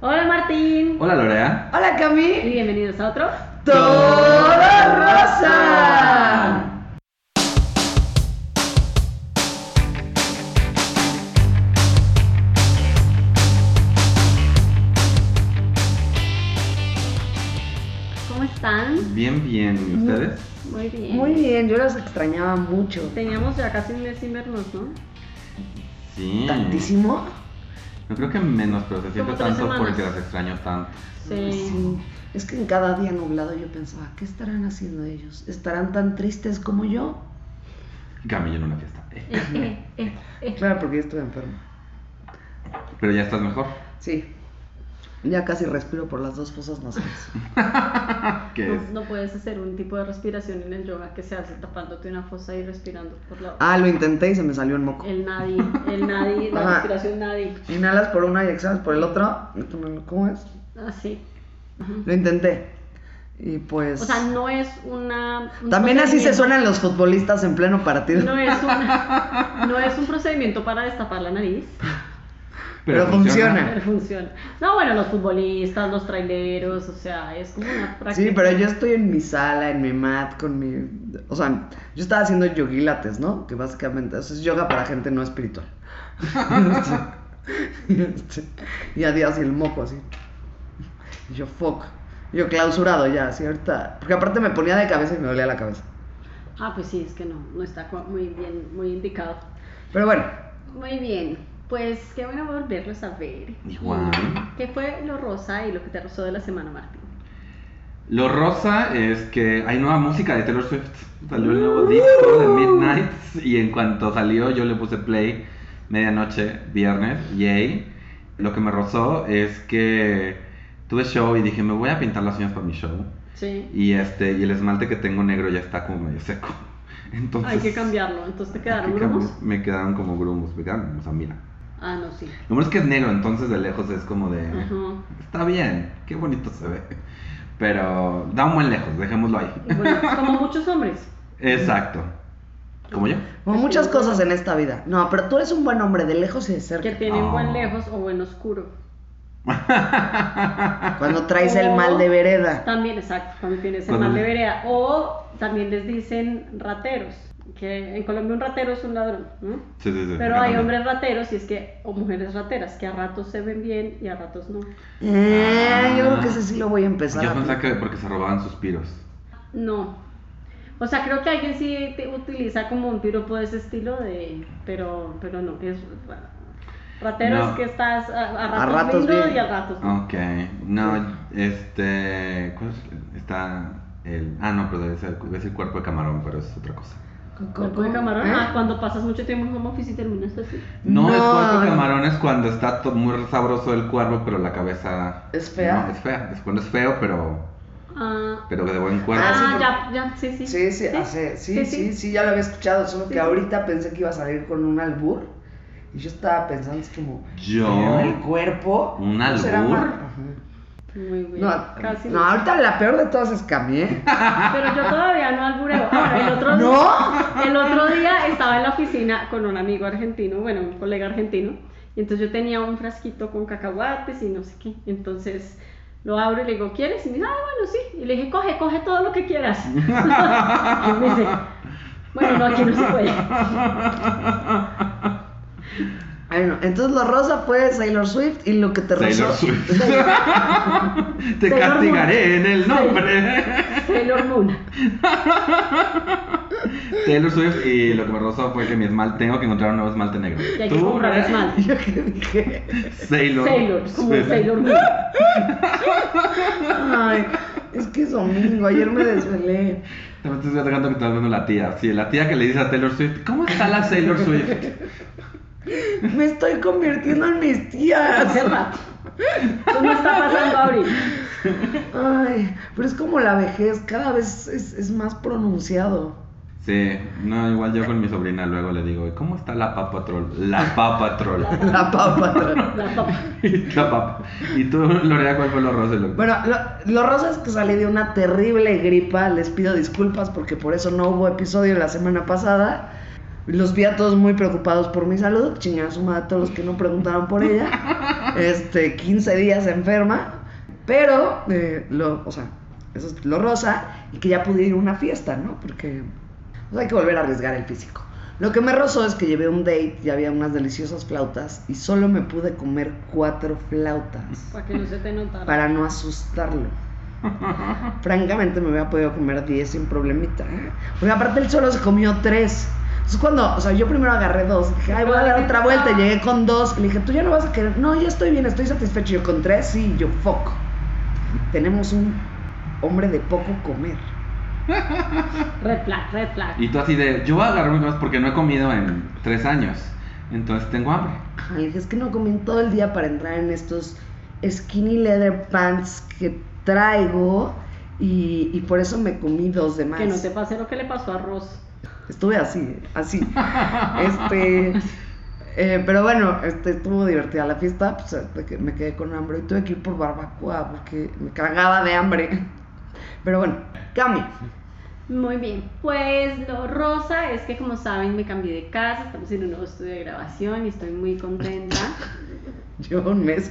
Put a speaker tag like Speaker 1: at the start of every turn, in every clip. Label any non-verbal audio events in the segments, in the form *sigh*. Speaker 1: Hola Martín.
Speaker 2: Hola Lorea.
Speaker 3: Hola
Speaker 1: Y
Speaker 3: Cami.
Speaker 1: bienvenidos a otro.
Speaker 3: Toda rosa.
Speaker 1: Ah. ¿Cómo están?
Speaker 2: Bien, bien. ¿Y ustedes?
Speaker 1: Muy bien.
Speaker 3: Muy bien, yo los extrañaba mucho.
Speaker 1: Teníamos ya casi un mes sin vernos, ¿no?
Speaker 2: Sí.
Speaker 3: Tantísimo.
Speaker 2: Yo creo que menos, pero se siente
Speaker 1: Como tres
Speaker 2: tanto
Speaker 1: semanas.
Speaker 2: porque las extraño tanto.
Speaker 3: Sí. Es que en cada día nublado yo pensaba, ¿qué estarán haciendo ellos? ¿Estarán tan tristes como yo?
Speaker 2: Camillo en una fiesta. Eh.
Speaker 1: Eh, eh, eh, eh.
Speaker 3: Claro, porque yo estuve enferma.
Speaker 2: Pero ya estás mejor.
Speaker 3: Sí. Ya casi respiro por las dos fosas nasales. *laughs*
Speaker 2: ¿Qué es?
Speaker 1: No, no puedes hacer un tipo de respiración en el yoga que se hace tapándote una fosa y respirando por la otra.
Speaker 3: Ah, lo intenté y se me salió un moco.
Speaker 1: El nadi, el nadi, la
Speaker 3: Ajá.
Speaker 1: respiración nadi.
Speaker 3: Inhalas por una y exhalas por el otro. ¿Cómo es?
Speaker 1: Así. Ajá.
Speaker 3: Lo intenté. Y pues.
Speaker 1: O sea, no es una. un
Speaker 3: También así se
Speaker 1: procedimiento-
Speaker 3: suenan los futbolistas en pleno partido.
Speaker 1: No es, una- no es un procedimiento para destapar la nariz,
Speaker 3: pero funciona.
Speaker 1: pero *laughs* funciona. No, bueno, los futbolistas, los traileros, o sea, es como una práctica.
Speaker 3: Sí, pero yo estoy en mi sala, en mi mat, con mi. O sea, yo estaba haciendo yogilates, ¿no? Que básicamente eso es yoga para gente no espiritual. *laughs* y, este, y a días y el moco así. Y yo, fuck. Yo clausurado ya, así ahorita. Porque aparte me ponía de cabeza y me dolía la cabeza.
Speaker 1: Ah, pues sí, es que no, no está cua- muy bien, muy indicado.
Speaker 3: Pero bueno,
Speaker 1: Muy bien, pues qué bueno volverlos a ver.
Speaker 2: Igual.
Speaker 1: ¿Qué fue lo rosa y lo que te rozó de la semana, Martín?
Speaker 2: Lo rosa es que hay nueva música de Taylor Swift. Salió el nuevo disco de Midnight. Y en cuanto salió, yo le puse play medianoche, viernes, yay. Lo que me rozó es que tuve show y dije, me voy a pintar las uñas para mi show.
Speaker 1: Sí.
Speaker 2: Y este, y el esmalte que tengo negro ya está como medio seco. *laughs* Entonces.
Speaker 1: Hay que cambiarlo, entonces te
Speaker 2: hay
Speaker 1: quedaron
Speaker 2: que
Speaker 1: grumos.
Speaker 2: cambiar- Me quedaron como grumos, veganos, o sea, mira.
Speaker 1: Ah, no, sí.
Speaker 2: Lo bueno es que es negro, entonces de lejos es como de.
Speaker 1: Ajá.
Speaker 2: Está bien, qué bonito se ve. Pero da un buen lejos, dejémoslo ahí.
Speaker 1: Y Bueno, como muchos hombres.
Speaker 2: Exacto. Como yo.
Speaker 3: como muchas cosas en esta vida. No, pero tú eres un buen hombre, de lejos y de
Speaker 1: Que
Speaker 3: cerca.
Speaker 1: tienen buen
Speaker 2: Ah.
Speaker 1: lejos o buen oscuro.
Speaker 3: Cuando traes el mal de vereda.
Speaker 1: También, exacto, cuando tienes el
Speaker 2: Cuando-
Speaker 1: mal de vereda. O también les dicen rateros, que en Colombia un ratero es un ladrón, ¿no?
Speaker 2: Sí, sí, sí.
Speaker 1: Pero
Speaker 2: acá
Speaker 1: hay
Speaker 2: también.
Speaker 1: hombres rateros y es que, o mujeres rateras, que a ratos se ven bien y a ratos no.
Speaker 3: Eh, yo creo que ese sí lo voy a empezar.
Speaker 2: Ah. Yo
Speaker 3: a
Speaker 2: pensaba que porque se robaban suspiros.
Speaker 1: No. O sea, creo que alguien sí te utiliza como un piropo de ese estilo de, pero, pero no, es ra- ratero
Speaker 2: No.
Speaker 1: es que estás a, a
Speaker 3: A
Speaker 1: ratos,
Speaker 3: ratos
Speaker 1: lindo
Speaker 3: bien.
Speaker 1: y a ratos no.
Speaker 2: Ok. No, este. ¿Cuál es? Está el. Ah, no, pero es el, es el cuerpo de camarón, pero es otra cosa.
Speaker 1: Cuerpo de camarón,
Speaker 3: ¿Eh?
Speaker 1: ah, cuando pasas mucho tiempo en home office y terminas así.
Speaker 2: No, el
Speaker 3: No.
Speaker 2: cuerpo de camarón es cuando está to- muy sabroso el cuervo, pero la cabeza.
Speaker 3: ¿Es fea?
Speaker 2: No, es fea. Es cuando es feo, pero,
Speaker 1: Ah,
Speaker 2: pero de buen cuerpo.
Speaker 3: sí,
Speaker 1: ah,
Speaker 3: porque-
Speaker 1: ya, ya, sí, sí.
Speaker 3: Sí, sí, hace- sí, sí, sí, ya lo había escuchado, solo que
Speaker 1: Sí.
Speaker 3: ahorita pensé que iba a salir con un albur y yo estaba pensando, es como,
Speaker 2: Yo.
Speaker 3: ¿será el cuerpo?
Speaker 2: ¿Un
Speaker 3: ¿No será
Speaker 2: albur?
Speaker 3: mal? Ajá.
Speaker 1: Muy bien.
Speaker 3: No,
Speaker 1: Casi
Speaker 3: no, ahorita la peor de todas es Cami, ¿eh?
Speaker 1: Pero yo todavía no albureo. Ahora, el otro,
Speaker 3: *laughs* ¿No?
Speaker 1: el otro día estaba en la oficina con un amigo argentino, bueno, un colega argentino, y entonces yo tenía un frasquito con cacahuates y no sé qué. Entonces lo abro y le digo, ¿quieres? Y me dice, ah, bueno, sí. Y le dije, coge, coge todo lo que
Speaker 3: *laughs*
Speaker 1: quieras. *laughs* y me dice, bueno, no, aquí no se
Speaker 3: *laughs*
Speaker 1: puede.
Speaker 3: Ay, no. Entonces lo rosa fue Sailor Swift y lo que te
Speaker 2: Taylor
Speaker 3: rozó.
Speaker 2: Swift. *laughs* Te
Speaker 1: Taylor
Speaker 2: castigaré en el nombre.
Speaker 1: Sailor Moon.
Speaker 2: Taylor Swift y lo que me rozó fue que mi esmalte. Tengo que encontrar un nuevo esmalte negro.
Speaker 1: Y hay que comprar
Speaker 2: Rey?
Speaker 1: esmalte.
Speaker 3: Yo que dije,
Speaker 2: Sailor.
Speaker 1: Sailor, como
Speaker 2: Swift.
Speaker 1: Sailor
Speaker 3: *laughs*
Speaker 1: Moon.
Speaker 3: ay, es que es domingo, ayer me desvelé.
Speaker 2: También te estoy atacando que estás viendo la tía. Sí, la tía que le dice a Taylor Swift, ¿cómo está la Sailor Swift?
Speaker 3: Me estoy convirtiendo en mis tías.
Speaker 1: Hace rato. Eso no está pasando ahorita.
Speaker 3: Ay, pero es como la vejez, cada vez es, es más pronunciado.
Speaker 2: Sí, no, igual yo con mi sobrina luego le digo, "¿Y ¿cómo está la Papa Troll? La Papa *laughs* Troll.
Speaker 3: La papa.
Speaker 1: La papa.
Speaker 2: la papa. ¿Y tú, Lorea, cuál fue lo rosa y lo
Speaker 3: Bueno, lo, lo rosa es que salí de una terrible gripa. Les pido disculpas porque por eso no hubo episodio la semana pasada. Los vi a todos muy preocupados por mi salud, chingada su madre a todos los que no preguntaron por ella. Este, 15 días enferma, pero, eh, lo, o sea, eso es lo rosa, y que ya pude ir a una fiesta, ¿no? Porque pues, hay que volver a arriesgar el físico. Lo que me rozó es que llevé un date y había unas deliciosas flautas y solo me pude comer cuatro flautas
Speaker 1: Para que no se te notara.
Speaker 3: para
Speaker 1: *laughs*
Speaker 3: no asustarlo. Francamente me hubiera podido comer 10 sin problemita. ¿eh? Porque aparte él solo se comió 3. Entonces cuando, o sea, yo primero agarré dos, dije, ay, voy a dar otra vuelta, y llegué con dos, y le dije, tú ya no vas a querer, no, ya estoy bien, estoy satisfecho, yo con tres, sí, yo, fuck, tenemos un hombre de poco comer.
Speaker 1: Red flag, red flag.
Speaker 2: Y tú así de, yo voy a agarrar unas porque no he comido en tres años, entonces tengo hambre.
Speaker 3: Ajá, le dije, es que no comí en todo el día para entrar en estos skinny leather pants que traigo, y, y por eso me comí dos de más.
Speaker 1: Que no te pase lo que le pasó a Ross.
Speaker 3: Estuve así, así. Este. eh, pero bueno, este, estuvo divertida la fiesta, pues hasta que me quedé con hambre y tuve que ir por barbacoa porque me cagaba de hambre. Pero bueno, Cami,
Speaker 1: Muy bien, pues lo rosa es que como saben me cambié de casa, estamos en un nuevo estudio de grabación y estoy muy contenta.
Speaker 2: *laughs*
Speaker 3: llevo un mes.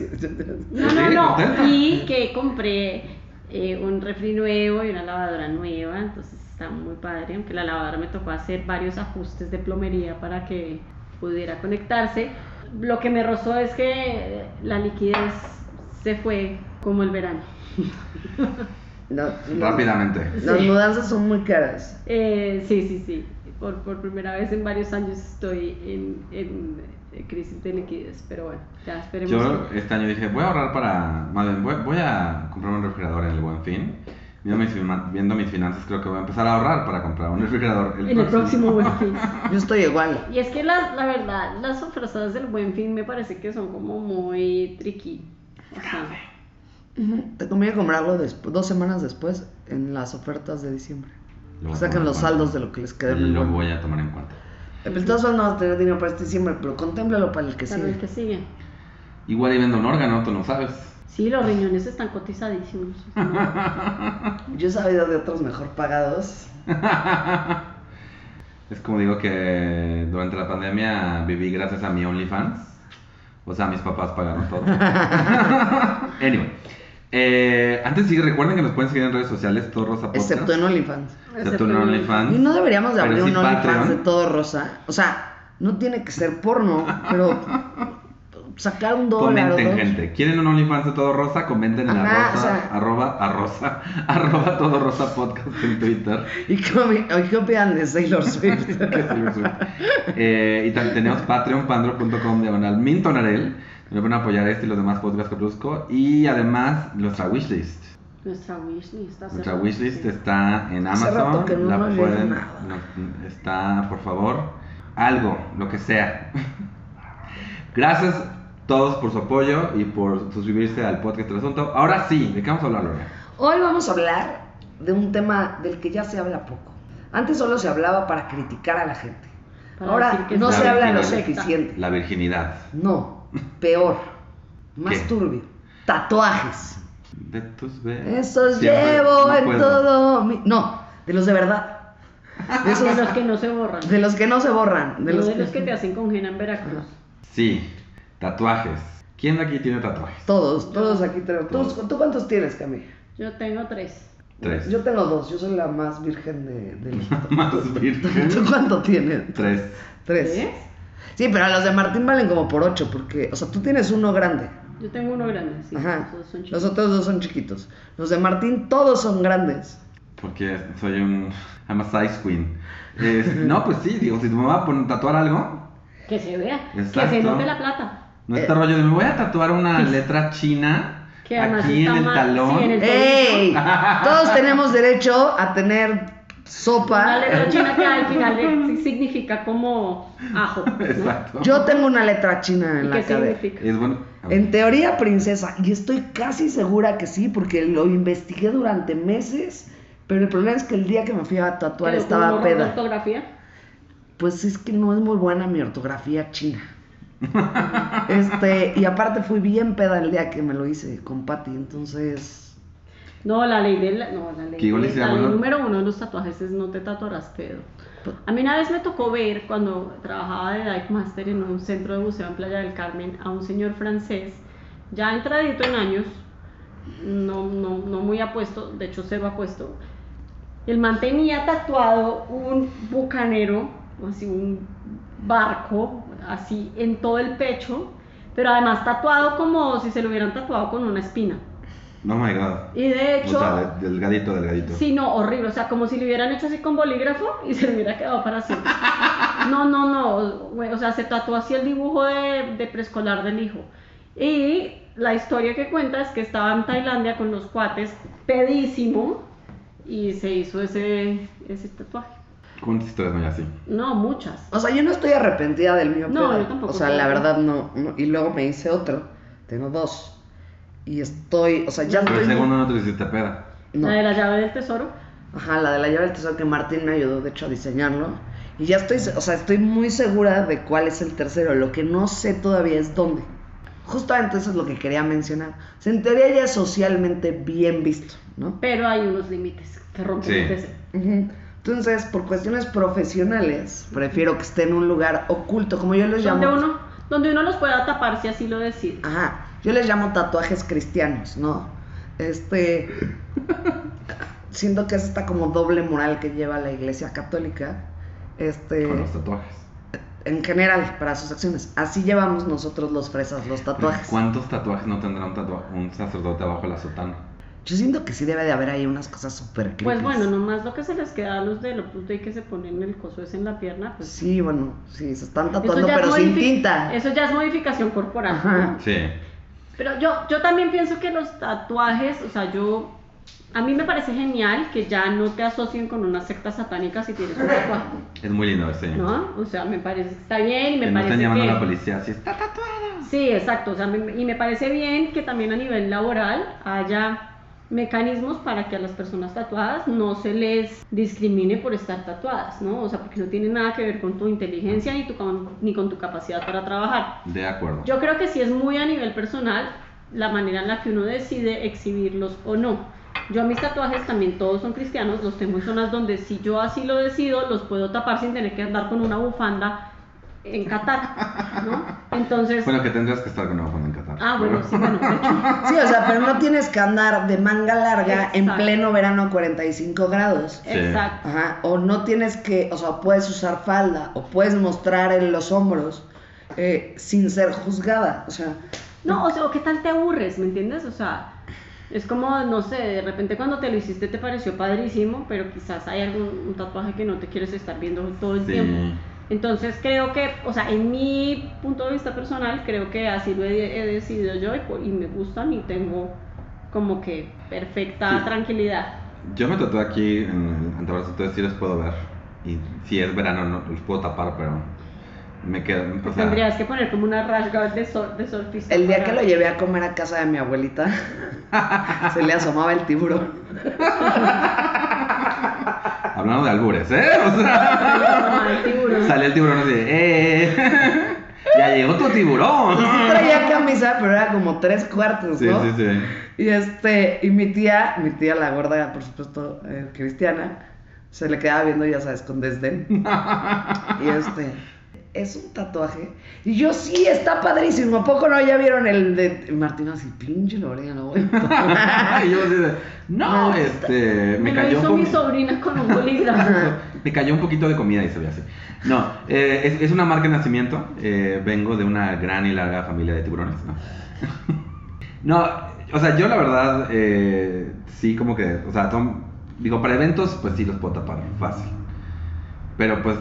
Speaker 1: No,
Speaker 2: Sí,
Speaker 1: no, no,
Speaker 2: contenta.
Speaker 1: y que compré eh, un refri nuevo y una lavadora nueva, entonces está muy padre, aunque la lavadora me tocó hacer varios ajustes de plomería para que pudiera conectarse. Lo que me rozó es que la liquidez se fue como el verano.
Speaker 3: No, no.
Speaker 2: Rápidamente.
Speaker 3: Las
Speaker 1: Sí.
Speaker 3: mudanzas son muy caras.
Speaker 1: Eh, sí, sí, sí. Por, por primera vez en varios años estoy en, en, eh, crisis de liquidez, pero bueno, ya esperemos.
Speaker 2: Yo este año dije, voy a ahorrar para. Más bien, voy, voy a comprarme un refrigerador en el buen fin. Viendo mis, fina- viendo mis finanzas, creo que voy a empezar a ahorrar para comprar un refrigerador el
Speaker 1: en el próximo buen fin.
Speaker 3: Yo estoy igual.
Speaker 1: Y es que la, la verdad, las ofertas del buen fin me parece que son como muy tricky. O sea,
Speaker 3: Te conviene comprarlo desp- dos semanas después en las ofertas de diciembre.
Speaker 2: Lo voy a
Speaker 3: Sacan
Speaker 2: tomar
Speaker 3: los
Speaker 2: en
Speaker 3: saldos
Speaker 2: cuenta.
Speaker 3: de lo que les queda en el
Speaker 2: Lo
Speaker 3: buen.
Speaker 2: voy a tomar en cuenta.
Speaker 3: De todas formas no vas a tener dinero para este diciembre, pero contémplalo para el que
Speaker 1: para
Speaker 3: sigue.
Speaker 1: el que sigue.
Speaker 2: Igual ahí vendo un órgano, tú no sabes.
Speaker 1: Sí, los riñones están cotizadísimos.
Speaker 3: Ah. Yo he sabido de otros mejor pagados.
Speaker 2: Es como digo que durante la pandemia viví gracias a mi OnlyFans. O sea, mis papás pagaron
Speaker 3: *laughs*
Speaker 2: todo. anyway. Eh, antes sí, recuerden que nos pueden seguir en redes sociales, todo Rosa Podcast.
Speaker 3: Excepto en OnlyFans.
Speaker 2: Excepto en OnlyFans.
Speaker 3: Y no deberíamos de
Speaker 2: Pero
Speaker 3: abrir
Speaker 2: sí
Speaker 3: un OnlyFans
Speaker 2: Patreon.
Speaker 3: de todo rosa. O sea, no tiene que ser porno, pero sacar un dólar o
Speaker 2: Comenten,
Speaker 3: dos.
Speaker 2: gente. ¿Quieren un OnlyFans de todo rosa? Comenten en
Speaker 3: Ajá,
Speaker 2: arroba,
Speaker 3: o sea-
Speaker 2: arroba, a rosa, *laughs* arroba todo rosa podcast en Twitter.
Speaker 3: ¿Y qué, qué opinan de Sailor Swift?
Speaker 2: *laughs* Que es el resumen. *laughs* Eh, y también tenemos patreon.com diagonal mintonarel. Nos pueden apoyar este y los demás podcasts que produzco. Y además, nuestra wishlist.
Speaker 1: Nuestra wishlist está
Speaker 2: Nuestra
Speaker 1: cerrada,
Speaker 2: wishlist
Speaker 1: sí.
Speaker 2: está en
Speaker 3: Ah, Hace rato
Speaker 2: Amazon.
Speaker 3: que no
Speaker 2: la
Speaker 3: nos llega
Speaker 2: pueden.
Speaker 3: nada.
Speaker 2: no- está, por favor, algo, lo que sea. *laughs* Gracias todos por su apoyo y por suscribirse al podcast del asunto. Ahora sí, ¿de qué vamos a hablar, Lorena?
Speaker 3: Hoy vamos a hablar de un tema del que ya se habla poco. Antes solo se hablaba para criticar a la gente.
Speaker 1: Para decir
Speaker 3: Ahora
Speaker 1: que
Speaker 3: no
Speaker 2: es
Speaker 3: se
Speaker 2: la
Speaker 3: habla lo
Speaker 2: virginidad.
Speaker 3: suficiente.
Speaker 2: La virginidad.
Speaker 3: No, peor, más
Speaker 2: ¿Qué?
Speaker 3: turbio. Tatuajes.
Speaker 2: De tus besos.
Speaker 3: Esos
Speaker 2: Siempre,
Speaker 3: llevo
Speaker 2: Eh, no
Speaker 3: en
Speaker 2: puedo.
Speaker 3: todo mi... No, de los de verdad. De esos
Speaker 1: Ah, De los que no se borran.
Speaker 3: De los que no se borran.
Speaker 1: No
Speaker 3: De los, que...
Speaker 1: te hacen congena en Veracruz.
Speaker 2: Sí, tatuajes. ¿Quién de aquí tiene tatuajes?
Speaker 3: Todos, todos aquí tenemos. ¿Tú,
Speaker 2: Todos.
Speaker 3: tú cuántos tienes, Cami?
Speaker 1: Yo tengo tres.
Speaker 2: Tres.
Speaker 3: Yo tengo dos, yo soy la más virgen de, de los-
Speaker 2: *laughs* Más
Speaker 3: ¿Tú
Speaker 2: virgen.
Speaker 3: cuánto tienes?
Speaker 2: Tres.
Speaker 3: Tres.
Speaker 1: ¿Tres?
Speaker 3: Sí, pero los de Martín valen como por ocho, porque, o sea, tú tienes uno grande.
Speaker 1: Yo tengo uno grande, sí.
Speaker 3: Ajá.
Speaker 1: esos son
Speaker 3: Los
Speaker 1: chicos.
Speaker 3: otros dos son chiquitos. Los de Martín todos son grandes.
Speaker 2: Porque soy un. I'm a size queen.
Speaker 3: *laughs*
Speaker 2: Es- no, pues sí, digo, si tu mamá pone tatuar algo,
Speaker 1: Que se vea. Que se
Speaker 2: Exacto.
Speaker 1: note la plata.
Speaker 3: Eh.
Speaker 2: no está rollo de me voy a tatuar
Speaker 3: *laughs*
Speaker 2: una letra china
Speaker 1: Que además
Speaker 2: aquí en
Speaker 1: está
Speaker 2: el
Speaker 1: mal,
Speaker 2: talón.
Speaker 1: sí, en
Speaker 2: *laughs*
Speaker 1: el-
Speaker 3: *laughs* ¡Ey! Todos tenemos derecho a tener
Speaker 1: Una
Speaker 3: sopa.
Speaker 1: letra china que al final
Speaker 3: *laughs*
Speaker 1: eh, sí significa como ajo. ¿no?
Speaker 2: Exacto.
Speaker 3: Yo tengo una letra china en
Speaker 1: ¿Y qué
Speaker 3: la cabeza.
Speaker 1: significa?
Speaker 2: Es bueno.
Speaker 3: En teoría, princesa, y estoy casi segura que sí, porque lo investigué durante meses, pero el problema es que el día que me fui a tatuar
Speaker 1: Pero
Speaker 3: estaba
Speaker 1: como no
Speaker 3: peda.
Speaker 1: ortografía.
Speaker 3: Pues es que no es muy buena mi ortografía china. este, y aparte fui bien peda el día que me lo hice con Patty, entonces.
Speaker 1: No, la ley del. No, la ley,
Speaker 2: Que igual
Speaker 1: de-
Speaker 2: decía,
Speaker 1: la ley
Speaker 2: bueno.
Speaker 1: número uno de los tatuajes es no te tatuarás pedo. A mí una vez me tocó ver, cuando trabajaba de Dive Master en un centro de buceo en Playa del Carmen, a un señor francés, ya entradito en años, no, no, no muy apuesto, de hecho cero apuesto, el man tenía tatuado un bucanero, así un barco, así en todo el pecho, pero además tatuado como si se lo hubieran tatuado con una espina.
Speaker 2: No Oh my god.
Speaker 1: Y de
Speaker 2: O
Speaker 1: hecho,
Speaker 2: sea, delgadito, delgadito.
Speaker 1: sí, no, horrible, o sea, como si lo hubieran hecho así con bolígrafo y *laughs* se le hubiera quedado para siempre. No, no, no, güey, o sea, se tatuó así el dibujo de, de preescolar del hijo. Y la historia que cuenta es que estaba en Tailandia con los cuates, pedísimo, y se hizo ese, ese tatuaje.
Speaker 2: ¿Cuántas historias no hay así?
Speaker 1: No, muchas.
Speaker 3: O sea, yo no estoy arrepentida del mío.
Speaker 1: No,
Speaker 3: pero-
Speaker 1: yo tampoco,
Speaker 3: O sea,
Speaker 1: pero-
Speaker 3: la verdad no, no. Y luego me hice otro. Tengo dos. Y estoy, o sea, ya
Speaker 2: Pero el
Speaker 3: estoy.
Speaker 2: segundo no te hiciste peda.
Speaker 3: No.
Speaker 1: La de la llave del tesoro.
Speaker 3: Ajá, la de la llave del tesoro que Martín me ayudó, de hecho, a diseñarlo. Y ya estoy, o sea, estoy muy segura de cuál es el tercero. Lo que no sé todavía es dónde. Justamente eso es lo que quería mencionar. Se en teoría ya es socialmente bien visto, ¿no?
Speaker 1: Pero hay unos límites que rompen
Speaker 2: Sí.
Speaker 1: el deseo.
Speaker 3: Ujú. Entonces, por cuestiones profesionales, prefiero que esté en un lugar oculto, como yo les llamo.
Speaker 1: Donde uno, donde uno los pueda tapar si así lo decide.
Speaker 3: Ajá, yo les llamo tatuajes cristianos, ¿no?
Speaker 1: *laughs*
Speaker 3: Este. siento que es esta como doble moral que lleva la iglesia católica. Este.
Speaker 2: Con los tatuajes.
Speaker 3: En general, para sus acciones. Así llevamos nosotros los fresas, los tatuajes.
Speaker 2: ¿Cuántos tatuajes no tendrá un, tatua- un sacerdote abajo de la sotana?
Speaker 3: Yo siento que sí debe de haber ahí unas cosas súper
Speaker 1: Pues
Speaker 3: creepies.
Speaker 1: bueno, nomás lo que se les queda a los del Opus Dei que se ponen el coso ese en la pierna, pues...
Speaker 3: Sí, bueno, sí, se están
Speaker 1: eso
Speaker 3: tatuando,
Speaker 1: ya es
Speaker 3: pero sin
Speaker 1: modifi-
Speaker 3: tinta.
Speaker 1: Eso ya es modificación corporal.
Speaker 3: Ajá.
Speaker 1: ¿no?
Speaker 2: Sí.
Speaker 1: Pero yo, yo también pienso que los tatuajes, o sea, yo... A mí me parece genial que ya no te asocien con una secta satánica si tienes un tatuaje,
Speaker 2: Es muy lindo ese.
Speaker 1: ¿no? O sea, me parece que está bien y me
Speaker 2: Que no
Speaker 1: parece
Speaker 2: estén llamando
Speaker 1: que...
Speaker 2: a la policía. así, está tatuada.
Speaker 1: Sí, exacto. O sea, me- y me parece bien que también a nivel laboral haya mecanismos para que a las personas tatuadas no se les discrimine por estar tatuadas, ¿no? O sea, porque no tiene nada que ver con tu inteligencia ni, tu, con- ni con tu capacidad para trabajar.
Speaker 2: De acuerdo.
Speaker 1: Yo creo que sí es muy a nivel personal la manera en la que uno decide exhibirlos o no. Yo mis tatuajes también todos son cristianos, los tengo en zonas donde si yo así lo decido, los puedo tapar sin tener que andar con una bufanda en Qatar, ¿no? Entonces...
Speaker 2: Bueno, que tendrías que estar con una bufanda en Qatar.
Speaker 1: Ah, bueno, sí, bueno, de hecho,
Speaker 3: Sí, o sea, pero no tienes que andar de manga larga en
Speaker 1: Exacto.
Speaker 3: pleno verano a 45 grados.
Speaker 2: *laughs* Sí.
Speaker 1: exacto.
Speaker 3: Ajá, o no tienes que, o sea, puedes usar falda o puedes mostrar en los hombros eh, sin ser juzgada, o sea,
Speaker 1: No, o sea, ¿qué tal te aburres, me entiendes? O sea, es como, no sé, de repente cuando te lo hiciste te pareció padrísimo, pero quizás hay algún un tatuaje que no te quieres estar viendo todo el tiempo.
Speaker 2: Sí.
Speaker 1: Entonces creo que, o sea, en mi punto de vista personal, creo que así lo he, he decidido yo y, po- y me gustan y tengo como que perfecta
Speaker 2: Sí.
Speaker 1: tranquilidad.
Speaker 2: Yo me tatué aquí en el antebrazo, entonces sí los puedo ver. Y si es verano, no los puedo tapar, pero me quedo. o sea,
Speaker 1: Tendrías que poner como una rash guard de, sol, de surfista.
Speaker 3: el día
Speaker 1: para-
Speaker 3: que lo llevé a comer a casa de mi abuelita, *laughs* se le asomaba el tiburón.
Speaker 2: hablando de albures, ¿eh? O sea,
Speaker 1: Ay,
Speaker 2: *laughs*
Speaker 1: tiburón.
Speaker 2: sale el tiburón así de, ¡eh! *laughs* ¡Ya llegó tu tiburón!
Speaker 3: Sí traía camisa, pero era como tres cuartos,
Speaker 2: Sí,
Speaker 3: ¿no?
Speaker 2: sí, sí.
Speaker 1: *laughs*
Speaker 2: *laughs*
Speaker 3: Y este, y mi tía, mi tía la gorda, por supuesto, eh, cristiana, se le quedaba viendo, ya sabes, con desdén.
Speaker 2: *laughs*
Speaker 3: y este, es un tatuaje. Y yo, sí, está padrísimo. ¿A poco no? Ya vieron el de Martín así, pinche
Speaker 2: *laughs*
Speaker 3: Lorena, güey.
Speaker 2: y yo así de, no,
Speaker 3: No,
Speaker 2: este, me
Speaker 1: Me,
Speaker 2: cayó
Speaker 1: lo hizo
Speaker 2: un
Speaker 1: mi
Speaker 2: poquito-
Speaker 1: sobrina con un bolígrafo.
Speaker 2: *laughs* Me cayó un poquito de comida y se ve así. No, eh, es, es una marca de nacimiento. eh, vengo de una gran y larga familia de tiburones, ¿no? *laughs* no, o sea, yo la verdad, eh, sí, como que, o sea, son- digo, para eventos, pues sí los puedo tapar fácil. Pero pues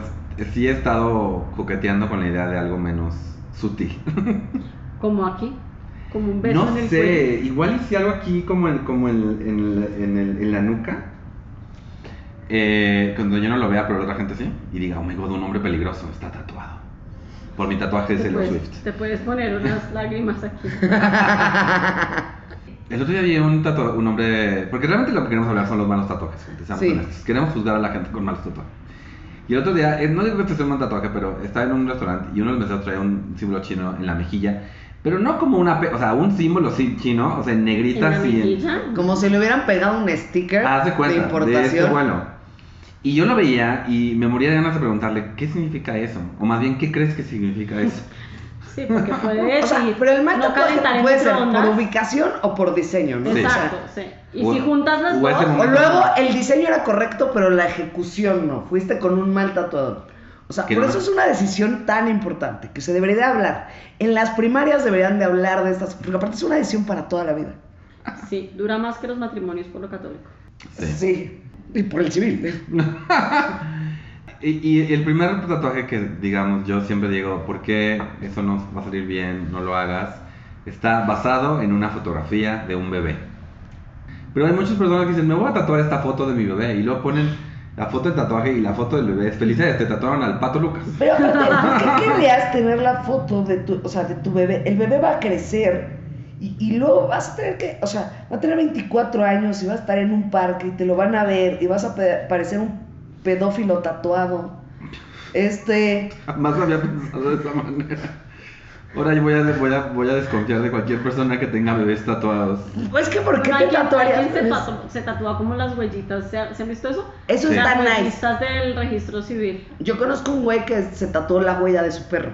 Speaker 2: sí he estado coqueteando con la idea de algo menos sutil.
Speaker 1: Como aquí, como un beso
Speaker 2: No
Speaker 1: en el cuello.
Speaker 2: sé, igual hice algo aquí como en, como en, en la- en el- en la nuca. Eh, cuando yo no lo vea, pero otra gente sí. Y diga, oh my god, un hombre peligroso está tatuado. Por mi
Speaker 3: pues,
Speaker 2: tatuaje de
Speaker 1: Te
Speaker 2: Taylor
Speaker 1: puedes,
Speaker 2: Swift.
Speaker 1: te puedes poner unas
Speaker 3: *laughs*
Speaker 1: lágrimas aquí.
Speaker 2: El otro día vi un, tatua- un hombre. Porque realmente lo que queremos hablar son los malos tatuajes, gente. Seamos
Speaker 3: Sí.
Speaker 2: honestos. Queremos juzgar a la gente con malos tatuajes. Y el otro día, eh, no digo que este sea un mal tatuaje, pero estaba en un restaurante y uno de los meseros traía un símbolo chino en la mejilla. Pero no como una. pe- O sea, un símbolo sí, chino, o sea, en
Speaker 1: ¿En la
Speaker 2: negrita, sí. en-
Speaker 1: mejilla?
Speaker 3: Como si le hubieran pegado un sticker
Speaker 2: Haz de este
Speaker 3: de
Speaker 2: cuenta, de,
Speaker 3: importación.
Speaker 2: este vuelo. Y yo lo veía y me moría de ganas de preguntarle, ¿qué significa eso? O más bien, ¿qué crees que significa *laughs* eso?
Speaker 1: Sí, porque
Speaker 3: *laughs*
Speaker 1: puede
Speaker 3: O sea,
Speaker 1: decir,
Speaker 3: pero el mato
Speaker 1: no
Speaker 3: puede,
Speaker 1: calentar en
Speaker 3: puede ser por
Speaker 1: microondas.
Speaker 3: ubicación o por diseño, ¿no? O sea,
Speaker 1: Exacto, sí. Y
Speaker 2: O-
Speaker 1: si juntas las
Speaker 2: o ese
Speaker 1: dos,
Speaker 3: O luego el diseño era correcto, pero la ejecución no. Fuiste con un mal tatuador. O sea,
Speaker 2: Que
Speaker 3: por
Speaker 2: no-
Speaker 3: eso es una decisión tan importante que se debería de hablar. En las primarias deberían de hablar de estas, porque aparte es una decisión para toda la vida.
Speaker 1: sí, dura más que los matrimonios por lo católico.
Speaker 2: Sí.
Speaker 3: Y por el civil. ¿eh?
Speaker 2: Y, y el primer tatuaje que, digamos, yo siempre digo, ¿por qué eso no va a salir bien? No lo hagas. Está basado en una fotografía de un bebé. Pero hay muchas personas que dicen, me voy a tatuar esta foto de mi bebé. Y luego ponen la foto del tatuaje y la foto del bebé. Felicidades, te tatuaron al pato Lucas.
Speaker 3: Pero aparte, ¿por qué querías tener la foto de tu, o sea, de tu bebé? El bebé va a crecer y, y luego vas a tener que, o sea, va a tener 24 años y va a estar en un parque y te lo van a ver y vas a pe- parecer un pedófilo tatuado. Este,
Speaker 2: *laughs* Jamás había pensado de esa manera. Ahora yo voy a, voy, a, voy a desconfiar de cualquier persona que tenga bebés tatuados.
Speaker 3: pues que ¿por qué
Speaker 1: Hay
Speaker 3: te
Speaker 1: quien- hay
Speaker 3: tatuarías?
Speaker 1: quien se, tatu- se tatúa como las huellitas, ¿se, ha- se han visto eso?
Speaker 3: Eso
Speaker 2: Sí.
Speaker 3: está
Speaker 1: Las
Speaker 3: nice.
Speaker 1: huellitas del registro civil.
Speaker 3: Yo conozco un güey que se tatuó la huella de su perro.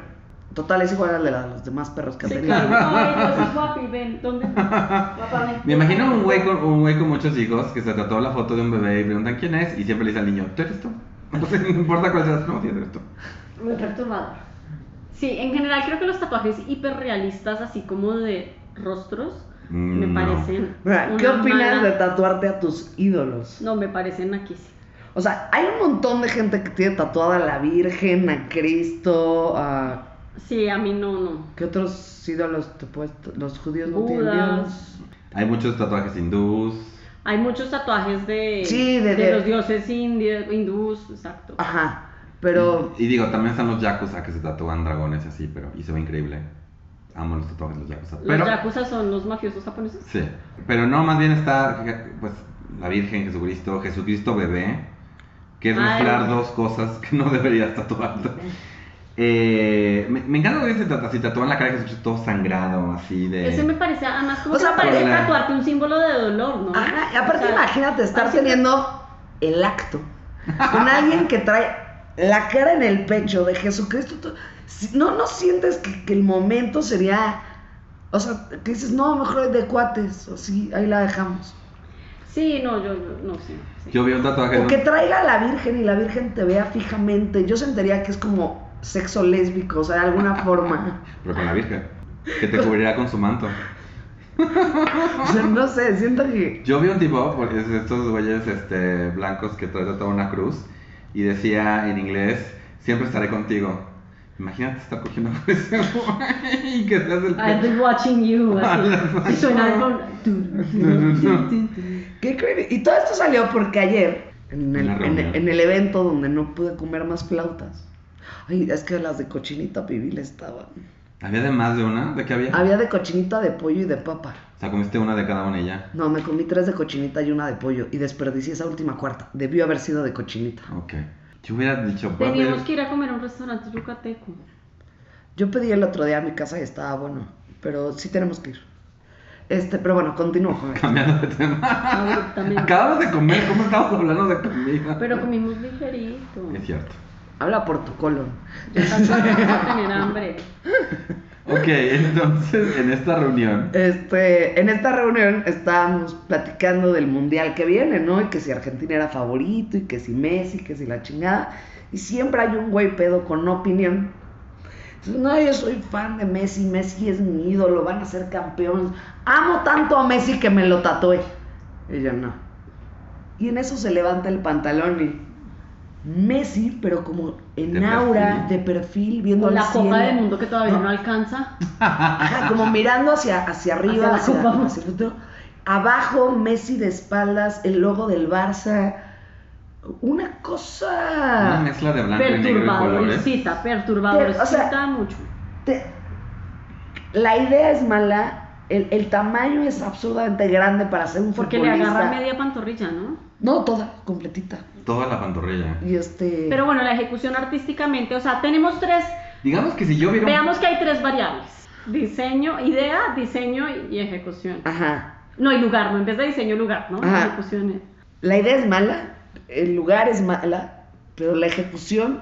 Speaker 3: Total, es igual a la de la- los demás perros que han
Speaker 1: Sí,
Speaker 3: tenido.
Speaker 1: claro.
Speaker 3: *laughs*
Speaker 1: Ay, Dios, es guapi, ven, ¿dónde? Guapa, ven.
Speaker 2: Me imagino un güey, con, un güey con muchos hijos que se trató la foto de un bebé y preguntan quién es y siempre le dice al niño, ¿tú eres tú? *laughs* Entonces, no importa cuál seas, no, sí eres tú.
Speaker 1: Muy perturbador. Sí, en general creo que los tatuajes hiperrealistas, así como de rostros, me
Speaker 2: Mm, no.
Speaker 1: parecen.
Speaker 3: Mira, ¿Qué
Speaker 1: una
Speaker 3: opinas
Speaker 1: mala-
Speaker 3: de tatuarte a tus ídolos?
Speaker 1: No, me parecen aquí sí.
Speaker 3: O sea, hay un montón de gente que tiene tatuada a la Virgen, a Cristo, a...
Speaker 1: Sí, a mí no, no.
Speaker 3: ¿Qué otros ídolos te puedes... Los judíos no tienen ídolos.
Speaker 1: Budas.
Speaker 2: Hay muchos tatuajes hindús.
Speaker 1: Hay muchos tatuajes de,
Speaker 3: Sí, de- de- Ah,
Speaker 1: los dioses indios, hindús, exacto.
Speaker 3: Ajá, pero...
Speaker 2: Y digo, también están los yakuza que se tatúan dragones y así, pero y se ve increíble. Amo los tatuajes de los yakuza. Pero,
Speaker 1: los yakuza son los mafiosos japoneses.
Speaker 2: sí. Pero no, más bien está, pues, la Virgen, Jesucristo, Jesucristo bebé, que es
Speaker 1: Ay.
Speaker 2: mezclar dos cosas que no *laughs* deberías tatuarte. Eh, me, me encanta que se tatu- si tatúan la cara de Jesucristo todo sangrado, así de...
Speaker 1: Ese me parece, además, como
Speaker 3: O
Speaker 1: que
Speaker 3: sea,
Speaker 1: me parece
Speaker 2: pero la-
Speaker 1: tatuarte un símbolo de dolor, ¿no?
Speaker 3: Ajá, y aparte
Speaker 1: O sea,
Speaker 3: imagínate estar
Speaker 1: así-
Speaker 3: teniendo el acto
Speaker 1: *laughs*
Speaker 3: con alguien que trae la cara en el pecho de Jesucristo. tú- si- no, no sientes que, que el momento sería... O sea, que dices, no, mejor de cuates, o sí, ahí la dejamos.
Speaker 1: Sí, no, yo, yo no sé. sí.
Speaker 2: Yo vi un tatuaje... de
Speaker 3: O
Speaker 2: un-
Speaker 3: que traiga a la Virgen y la Virgen te vea fijamente. Yo sentiría que es como sexo lésbico, o sea, de alguna
Speaker 1: *laughs*
Speaker 3: forma.
Speaker 2: Pero con la Virgen. Que te cubrirá con su manto.
Speaker 3: O sea, no sé, siento que.
Speaker 2: Yo vi un tipo, por- es de estos güeyes este, blancos que trae toda una cruz, y decía en inglés, siempre estaré contigo. Imagínate estar cogiendo con ese *laughs* güey y que seas el
Speaker 1: I'll be watching you,
Speaker 2: *laughs*
Speaker 1: así. Y suena con...
Speaker 3: Qué creepy. Y todo esto salió porque ayer, en el,
Speaker 2: En la
Speaker 3: en-
Speaker 2: reunión.
Speaker 3: en el evento donde no pude comer más flautas. Ay, es que las de cochinita pibil estaban.
Speaker 2: ¿Había de más de una? ¿De qué había?
Speaker 3: Había de cochinita de pollo y de papa.
Speaker 2: O sea, comiste una de cada una y ya.
Speaker 3: No, me comí tres de cochinita y una de pollo. Y desperdicié esa última cuarta. Debió haber sido de cochinita.
Speaker 2: Ok. Yo hubiera dicho, voy a pedir-
Speaker 1: Teníamos que ir a comer a un restaurante
Speaker 2: *laughs*
Speaker 1: yucateco.
Speaker 3: Yo pedí el otro día a mi casa y estaba bueno, pero sí tenemos que ir. Este, pero bueno, continúo con esto.
Speaker 2: *laughs* cambiando de tema.
Speaker 1: Abruptamente.
Speaker 2: Acabamos de comer, ¿cómo estamos hablando de comida?
Speaker 1: Pero comimos ligerito.
Speaker 2: Es cierto.
Speaker 3: Habla por tu colon.
Speaker 1: Yo tampoco voy a tener
Speaker 3: *laughs*
Speaker 1: hambre.
Speaker 2: Ok, entonces, en esta reunión...
Speaker 3: Este, en esta reunión estábamos platicando del mundial que viene, ¿no? Y que si Argentina era favorito, y que si Messi, que si la chingada. Y siempre hay un güey pedo con opinión. Entonces, no, yo soy fan de Messi, Messi es mi ídolo, van a ser campeones. Amo tanto a Messi que me lo tatué. Y yo no. Y en eso se levanta el pantalón y. Messi, pero como en
Speaker 2: De
Speaker 3: aura,
Speaker 2: perfil.
Speaker 3: de perfil, viendo
Speaker 1: Con
Speaker 3: al
Speaker 1: la copa
Speaker 3: cielo.
Speaker 1: del mundo que todavía no alcanza.
Speaker 3: Ajá, como mirando hacia, hacia arriba,
Speaker 1: Hacia
Speaker 3: hacia,
Speaker 1: la copa.
Speaker 3: hacia el futuro. Abajo, Messi de espaldas, el logo del Barça. Una
Speaker 2: Una
Speaker 1: Ah,
Speaker 3: cosa.
Speaker 2: mezcla de blanco y negro y colores.
Speaker 1: Perturbadorcita, perturbadorcita
Speaker 3: O sea-
Speaker 1: mucho.
Speaker 3: te- la idea es mala, el, el tamaño es absurdamente grande para ser un
Speaker 1: Porque le
Speaker 3: futbolista.
Speaker 1: agarra media pantorrilla, ¿no?
Speaker 3: No, toda, completita.
Speaker 2: Toda la pantorrilla.
Speaker 3: Y este.
Speaker 1: Pero bueno, la ejecución artísticamente, o sea, tenemos tres,
Speaker 2: Digamos que si yo viera un-
Speaker 1: veamos que hay tres variables. Diseño, idea, diseño y y ejecución.
Speaker 3: Ajá.
Speaker 1: No, y lugar, no, en vez de diseño, lugar, ¿no?
Speaker 3: Ajá.
Speaker 1: Ejecuciones.
Speaker 3: La idea es mala, el lugar es mala, pero la ejecución,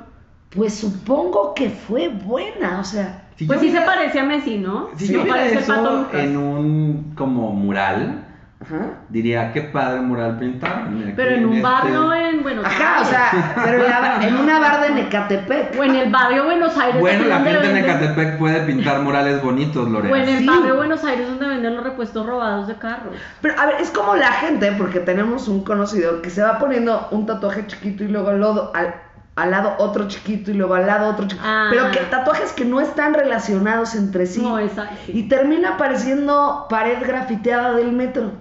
Speaker 3: pues supongo que fue buena, o sea,
Speaker 2: Si
Speaker 1: Pues
Speaker 2: yo
Speaker 1: sí se
Speaker 2: hubiera-
Speaker 1: parece a Messi, ¿no?
Speaker 2: Si
Speaker 1: Se
Speaker 2: yo hubiera
Speaker 1: parece al Pato pues.
Speaker 2: eso
Speaker 1: Lucas.
Speaker 2: en un como mural,
Speaker 3: ajá.
Speaker 2: diría qué padre mural pintar. este
Speaker 1: Pero en un barrio en Buenos
Speaker 3: Este, Ajá, o
Speaker 1: Aires.
Speaker 3: sea, pero en, la- en una bar de Necatepec.
Speaker 1: O en el barrio Buenos Aires.
Speaker 2: Bueno,
Speaker 1: aquí
Speaker 2: la
Speaker 1: donde
Speaker 2: gente en
Speaker 1: venden-
Speaker 2: Ecatepec puede pintar murales bonitos,
Speaker 1: O en
Speaker 2: Lorena.
Speaker 1: el
Speaker 3: Sí.
Speaker 1: barrio Buenos Aires donde venden los repuestos robados de carros.
Speaker 3: Pero a ver, es como la gente, porque tenemos un conocido que se va poniendo un tatuaje chiquito y luego al, lodo- al, al lado otro chiquito y luego al lado otro chiquito.
Speaker 1: Ah.
Speaker 3: Pero que tatuajes que no están relacionados entre sí.
Speaker 1: No, esa, sí.
Speaker 3: Y termina pareciendo pared grafiteada del metro.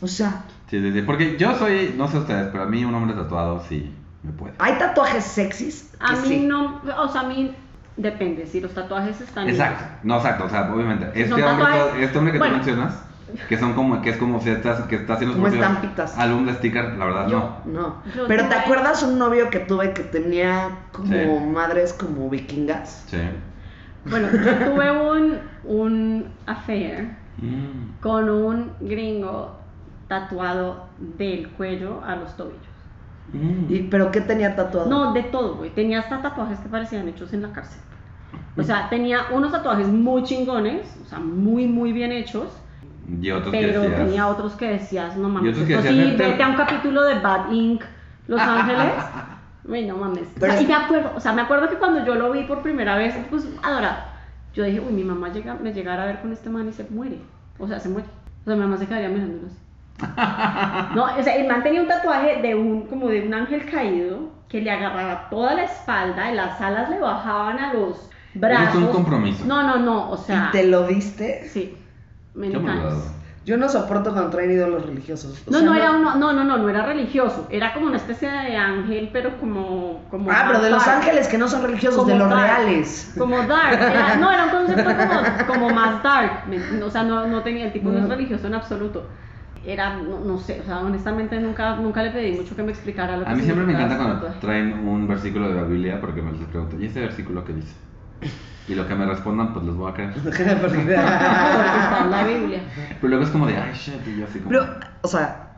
Speaker 3: O sea,
Speaker 2: Sí, sí, sí. Porque yo soy, no sé ustedes, pero a mí un hombre tatuado sí me puede.
Speaker 3: hay tatuajes sexys. que
Speaker 1: A mí
Speaker 3: sí.
Speaker 1: no, o sea, a mí depende, si los tatuajes están...
Speaker 2: Exacto, no exacto, o sea, obviamente.
Speaker 1: Si
Speaker 2: Este
Speaker 1: son
Speaker 2: hombre,
Speaker 1: tatuajes-
Speaker 2: todo- este hombre que
Speaker 1: Bueno.
Speaker 2: tú mencionas, que son como, que es como si estás, que está haciendo
Speaker 3: Como
Speaker 2: su propio
Speaker 3: estampitas.
Speaker 2: álbum de sticker, la verdad no.
Speaker 3: No.
Speaker 1: Yo
Speaker 3: Pero
Speaker 1: tuve-
Speaker 3: ¿te acuerdas un novio que tuve que tenía como
Speaker 2: Sí.
Speaker 3: madres como vikingas?
Speaker 2: Sí.
Speaker 1: Bueno, yo tuve un, un affair
Speaker 2: Mm.
Speaker 1: con un gringo tatuado del cuello a los tobillos.
Speaker 2: Mm.
Speaker 3: ¿Y pero qué tenía tatuado?
Speaker 1: No, de todo, güey. Tenía hasta tatuajes que parecían hechos en la cárcel. O sea, tenía unos tatuajes muy chingones, o sea, muy, muy bien hechos,
Speaker 2: Y otros que
Speaker 1: pero
Speaker 2: decías,
Speaker 1: tenía otros que decías, no
Speaker 2: Y
Speaker 1: mames,
Speaker 2: otros que
Speaker 1: esto sí,
Speaker 2: decías, vete-
Speaker 1: vete a un capítulo de Bad Inc.
Speaker 2: *laughs*
Speaker 1: Los Ángeles. Uy, no mames. O sea,
Speaker 3: Pero-
Speaker 1: y me acuerdo, o sea, me acuerdo que cuando yo lo vi por primera vez, pues, adorado, yo dije, uy, mi mamá llega, me llegara a ver con este man y se muere. O sea, se muere. O sea, mi mamá se quedaría
Speaker 2: *laughs*
Speaker 1: mirándolo así. No, o sea, el man tenía un tatuaje de un, como de un ángel caído, que le agarraba toda la espalda, y las alas le bajaban a los brazos.
Speaker 2: un compromiso.
Speaker 1: No, no, no, o sea,
Speaker 3: ¿Y te lo diste?
Speaker 1: sí, many
Speaker 2: Qué
Speaker 1: times.
Speaker 2: malvado.
Speaker 3: Yo no soporto cuando traen ídolos religiosos. O
Speaker 1: No,
Speaker 3: sea,
Speaker 1: no era uno, no, no, no, no era religioso, era como una especie de ángel, pero como, como
Speaker 3: Ah, pero de los
Speaker 1: dark.
Speaker 3: ángeles que no son religiosos, de
Speaker 1: Como
Speaker 3: los
Speaker 1: dark.
Speaker 3: reales.
Speaker 1: Como dark, era- no, era un concepto como, como más dark, ¿me- o sea, no, no tenía, el tipo no es
Speaker 3: Ujú.
Speaker 1: religioso en absoluto. Era, no, no sé, o sea, honestamente nunca, nunca le pedí mucho que me explicara lo que Ah,
Speaker 2: A mí siempre me
Speaker 1: significaba
Speaker 2: encanta
Speaker 1: ese
Speaker 2: cuando
Speaker 1: tatuaje.
Speaker 2: traen un versículo de la Biblia porque me les pregunto, ¿y ese versículo qué dice? Y lo que me respondan, pues les voy
Speaker 1: *laughs*
Speaker 2: a creer.
Speaker 1: Porque está en la Biblia.
Speaker 2: Pero luego es como de, ay, shit, y yo así como...
Speaker 3: Pero, o sea,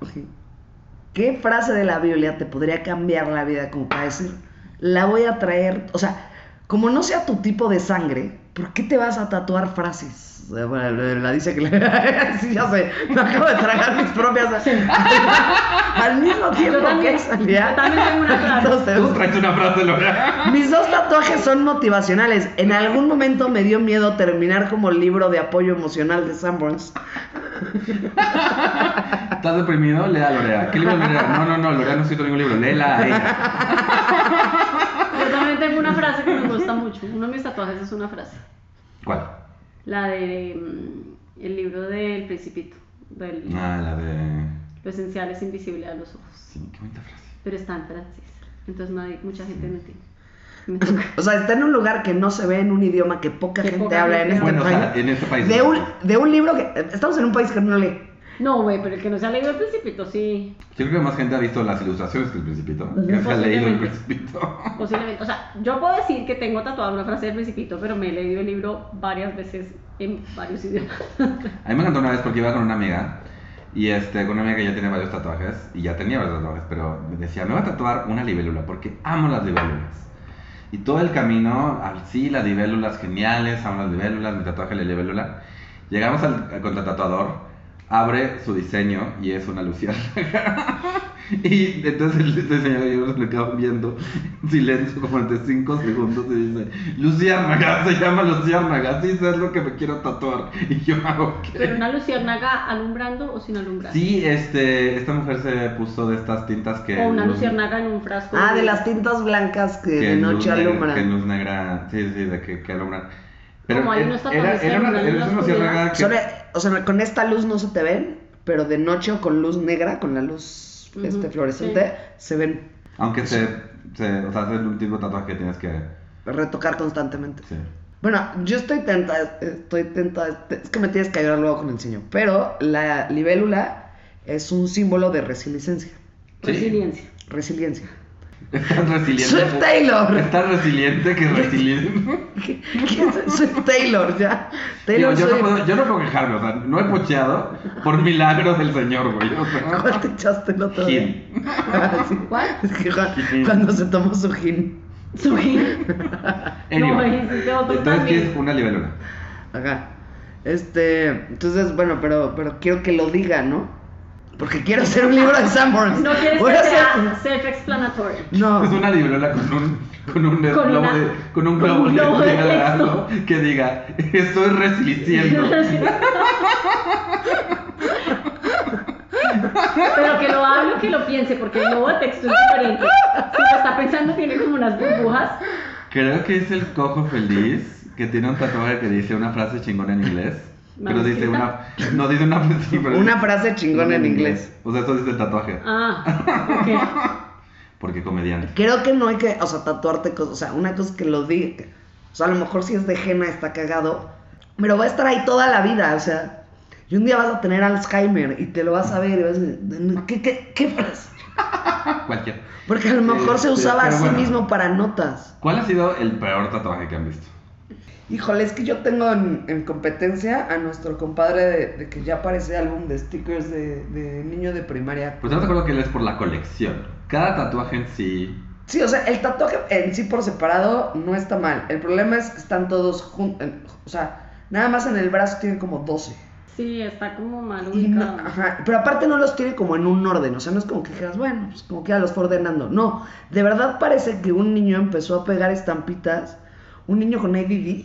Speaker 3: ¿qué frase de la Biblia te podría cambiar la vida como para decir, la voy a traer? O sea, como no sea tu tipo de sangre, ¿por qué te vas a tatuar frases? O sea, bueno, la dice que la... *laughs* sí, ya sé, me acabo de tragar mis propias... *laughs* Al mismo *laughs* tiempo
Speaker 1: Yo también,
Speaker 3: que salía...
Speaker 1: yo también tengo una frase.
Speaker 2: *laughs* Tú traes una
Speaker 1: *laughs*
Speaker 2: frase, Lorena.
Speaker 3: Mis dos tatuajes son motivacionales. En algún momento me dio miedo terminar como el libro de apoyo emocional de Sanborns.
Speaker 2: ¿Estás deprimido? Lea a Lorea. ¿Qué libro Lorea? No, no, no, Lorea no escrito ningún libro. Léela a ella.
Speaker 1: Yo también tengo una frase que me gusta mucho, uno de mis tatuajes es una frase,
Speaker 2: ¿Cuál?
Speaker 1: la de mm, el libro del principito, del,
Speaker 2: Ah, la de...
Speaker 1: lo esencial es invisible a los ojos,
Speaker 2: Sí, qué bonita frase.
Speaker 1: pero está en francés, entonces nadie, mucha gente no entiende. Me toca.
Speaker 3: O sea, está en un lugar que no se ve en un idioma que poca
Speaker 1: Que
Speaker 3: gente
Speaker 1: poca
Speaker 3: habla en
Speaker 1: gente
Speaker 3: este
Speaker 2: Bueno, o
Speaker 3: país.
Speaker 2: sea, en este país.
Speaker 3: de, un, de un libro que. Estamos en un país que no lee.
Speaker 1: No, güey, pero el que no se ha leído el principito, sí.
Speaker 2: Yo creo que más gente ha visto las ilustraciones que el Principito. Que se ha leído el Principito.
Speaker 1: Posiblemente. O sea, yo puedo decir que tengo tatuada una frase del principito, pero me he leído el libro varias veces en varios idiomas. *laughs*
Speaker 2: A mí me encantó una vez porque iba con una amiga y este, con una amiga que ya tiene varios tatuajes y ya tenía varios tatuajes, pero me decía, me voy a tatuar una libélula porque amo las libélulas. Y todo el camino, así, las libélulas geniales, amo las libélulas, mi tatuaje de libélula. Llegamos al contratatuador, abre su diseño y es una luciérnaga. *laughs* y entonces el diseñador y yo nos le quedamos viendo en silencio como durante 5 segundos y dice, luciérnaga, se llama luciérnaga, sí, eso es lo que me quiero tatuar. Y yo, ah, ok.
Speaker 1: Pero una luciérnaga alumbrando o sin alumbrar.
Speaker 2: Sí, este, esta mujer se puso de estas tintas que...
Speaker 1: O una
Speaker 2: luz-
Speaker 1: luciérnaga en un frasco.
Speaker 3: Ah, de las tintas blancas que de
Speaker 2: en luz
Speaker 3: noche
Speaker 2: negra- Que en
Speaker 3: alumbran.
Speaker 2: luz negra, sí, sí, de que, que alumbran.
Speaker 1: Como hay
Speaker 2: era-
Speaker 1: unos
Speaker 2: era,
Speaker 1: tatuajes que
Speaker 2: era una,
Speaker 1: alumbran en
Speaker 2: era
Speaker 1: la
Speaker 2: una luciérnaga que...
Speaker 3: Son, eh, o sea, con esta luz no se te ven, pero de noche o con luz negra, con la luz
Speaker 1: Ujú,
Speaker 3: este, fluorescente, se ven
Speaker 2: Aunque se, se- o sea, es el último tatuaje que tienes que...
Speaker 3: retocar constantemente.
Speaker 2: Sí. *laughs*
Speaker 3: Bueno, yo estoy tentada, estoy tentada, es que me tienes que ayudar luego con el señor, pero la libélula es un símbolo de resiliencia,
Speaker 1: Resiliencia.
Speaker 3: resiliencia.
Speaker 2: Es tan resiliente.
Speaker 3: Swift Taylor. *laughs*
Speaker 2: Es tan resiliente que resiliente.
Speaker 3: ¿Quién es? Swift Taylor, ya.
Speaker 2: Digo,
Speaker 3: *laughs* Taylor
Speaker 2: yo, no
Speaker 3: Swift.
Speaker 2: puedo, yo no puedo quejarme, o sea, no he pocheado por milagros del señor, güey. O sea,
Speaker 3: *laughs* ¿Cuál te echaste el otro día?
Speaker 2: Gil.
Speaker 3: Así.
Speaker 1: ¿Cuál? *laughs*
Speaker 3: Es que Juan- cuando se tomó su gin.
Speaker 1: Su
Speaker 3: *laughs*
Speaker 1: gin.
Speaker 2: Anyway,
Speaker 1: No, hiciste otro
Speaker 2: entonces, ¿qué
Speaker 1: también.
Speaker 2: es una libélula?
Speaker 3: Ajá. Este, entonces, bueno, pero, pero quiero que lo diga, ¿no? Porque quiero hacer un libro de Sanborns.
Speaker 1: No quieres
Speaker 3: Voy
Speaker 1: que
Speaker 3: a hacer-
Speaker 1: sea self-explanatory.
Speaker 3: No.
Speaker 2: Es Pues una libélula con un, con un,
Speaker 1: Con
Speaker 2: globo
Speaker 1: una-
Speaker 2: de- con un
Speaker 1: con
Speaker 2: globo
Speaker 1: un
Speaker 2: de-
Speaker 1: globo
Speaker 2: de
Speaker 1: de
Speaker 2: helado que diga, estoy resiliciendo.
Speaker 1: *laughs* Pero que lo hable, que lo piense, porque el nuevo texto es diferente. Si lo está pensando, tiene como unas burbujas.
Speaker 2: Creo que es el cojo feliz que tiene un tatuaje que dice una frase chingona en inglés. Pero dice una. No dice una frase. sí, pero-
Speaker 3: Una frase chingona en inglés.
Speaker 2: O sea, eso dice el tatuaje.
Speaker 1: Ah, ok.
Speaker 2: Porque comediante.
Speaker 3: Creo que no hay que, o sea, tatuarte cosas. O sea, una cosa es que lo diga. O sea, a lo mejor si es de Jena está cagado. Pero va a estar ahí toda la vida, o sea. Y un día vas a tener Alzheimer y te lo vas a ver y vas a decir, ¿qué, qué, qué frase?
Speaker 2: Cualquier.
Speaker 3: Porque a lo mejor se
Speaker 2: Este,
Speaker 3: usaba a
Speaker 2: pero
Speaker 3: sí
Speaker 2: bueno.
Speaker 3: mismo para notas.
Speaker 2: ¿Cuál ha sido el peor tatuaje que han visto?
Speaker 3: Híjole, es que yo tengo en, en competencia a nuestro compadre de, de que ya aparece álbum de stickers de, de niño de primaria.
Speaker 2: Pues yo te acuerdo que él es por la colección. Cada tatuaje en sí.
Speaker 3: Sí, o sea, el tatuaje en sí por separado no está mal. El problema es que están todos juntos. O sea, nada más en el brazo tiene como 12.
Speaker 1: Sí, está como mal
Speaker 3: Y no-
Speaker 1: ubicado.
Speaker 3: ajá, pero aparte no los tiene como en un orden. O sea, no es como que dijeras, bueno, pues como que ya los fue ordenando. No, de verdad parece que un niño empezó a pegar estampitas. Un niño con ADD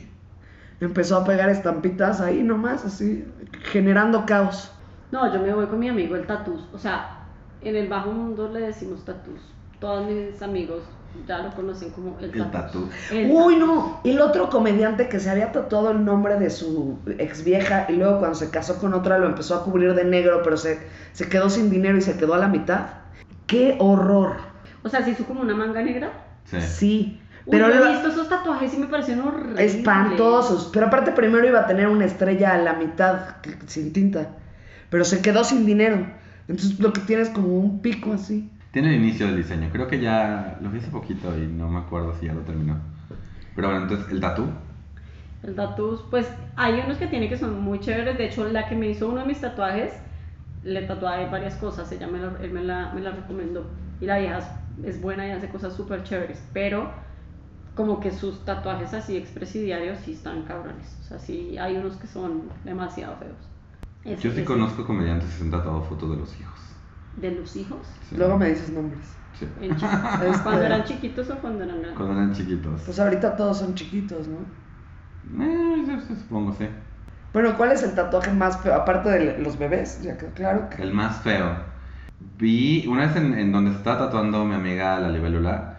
Speaker 3: empezó a pegar estampitas ahí nomás, así, generando caos.
Speaker 1: No, yo me voy con mi amigo el tatús. O sea, en el bajo mundo le decimos tatús. Todos mis amigos ya lo conocen como el
Speaker 2: El
Speaker 1: tatús.
Speaker 2: tatú.
Speaker 1: El
Speaker 3: Uy, no. El otro comediante que se había tatuado el nombre de su ex vieja y luego cuando se casó con otra lo empezó a cubrir de negro, pero se, se quedó sin dinero y se quedó a la mitad. ¡Qué horror!
Speaker 1: O sea, se hizo como una manga negra.
Speaker 2: Sí.
Speaker 3: Sí.
Speaker 1: Uy,
Speaker 3: Pero
Speaker 1: yo
Speaker 3: lo-
Speaker 1: he visto esos tatuajes y me parecen horribles.
Speaker 3: espantosos. Pero aparte primero iba a tener una estrella a la mitad, que- sin tinta. Pero se quedó sin dinero. Entonces lo que tiene es como un pico así.
Speaker 2: Tiene el inicio del diseño. Creo que ya lo vi hace poquito y no me acuerdo si ya lo terminó. Pero bueno, entonces, el tatú.
Speaker 1: El tatús, pues hay unos que tiene que son muy chéveres. De hecho, la que me hizo uno de mis tatuajes, le tatué varias cosas. Ella me la, él me la, me la recomendó. Y la vieja es- es buena y hace cosas súper chéveres. Pero como que sus tatuajes así expresidiarios sí están cabrones. O sea, sí hay unos que son demasiado feos. Ese-
Speaker 2: Yo sí
Speaker 1: ese
Speaker 2: conozco comediantes que se han tatuado fotos de los hijos.
Speaker 1: De los hijos.
Speaker 2: Sí.
Speaker 3: Luego me dices nombres.
Speaker 2: Sí.
Speaker 1: en chi- *laughs*
Speaker 3: Este-
Speaker 1: Cuando eran chiquitos o cuando eran grandes.
Speaker 2: Cuando eran chiquitos.
Speaker 3: Pues ahorita todos son chiquitos, ¿no?
Speaker 2: Eh, yo sí supongo, sí.
Speaker 3: Bueno, ¿cuál es el tatuaje más feo? Aparte de los bebés, ya quedó claro que.
Speaker 2: El más feo. Vi una vez en, en donde se estaba tatuando mi amiga la libélula.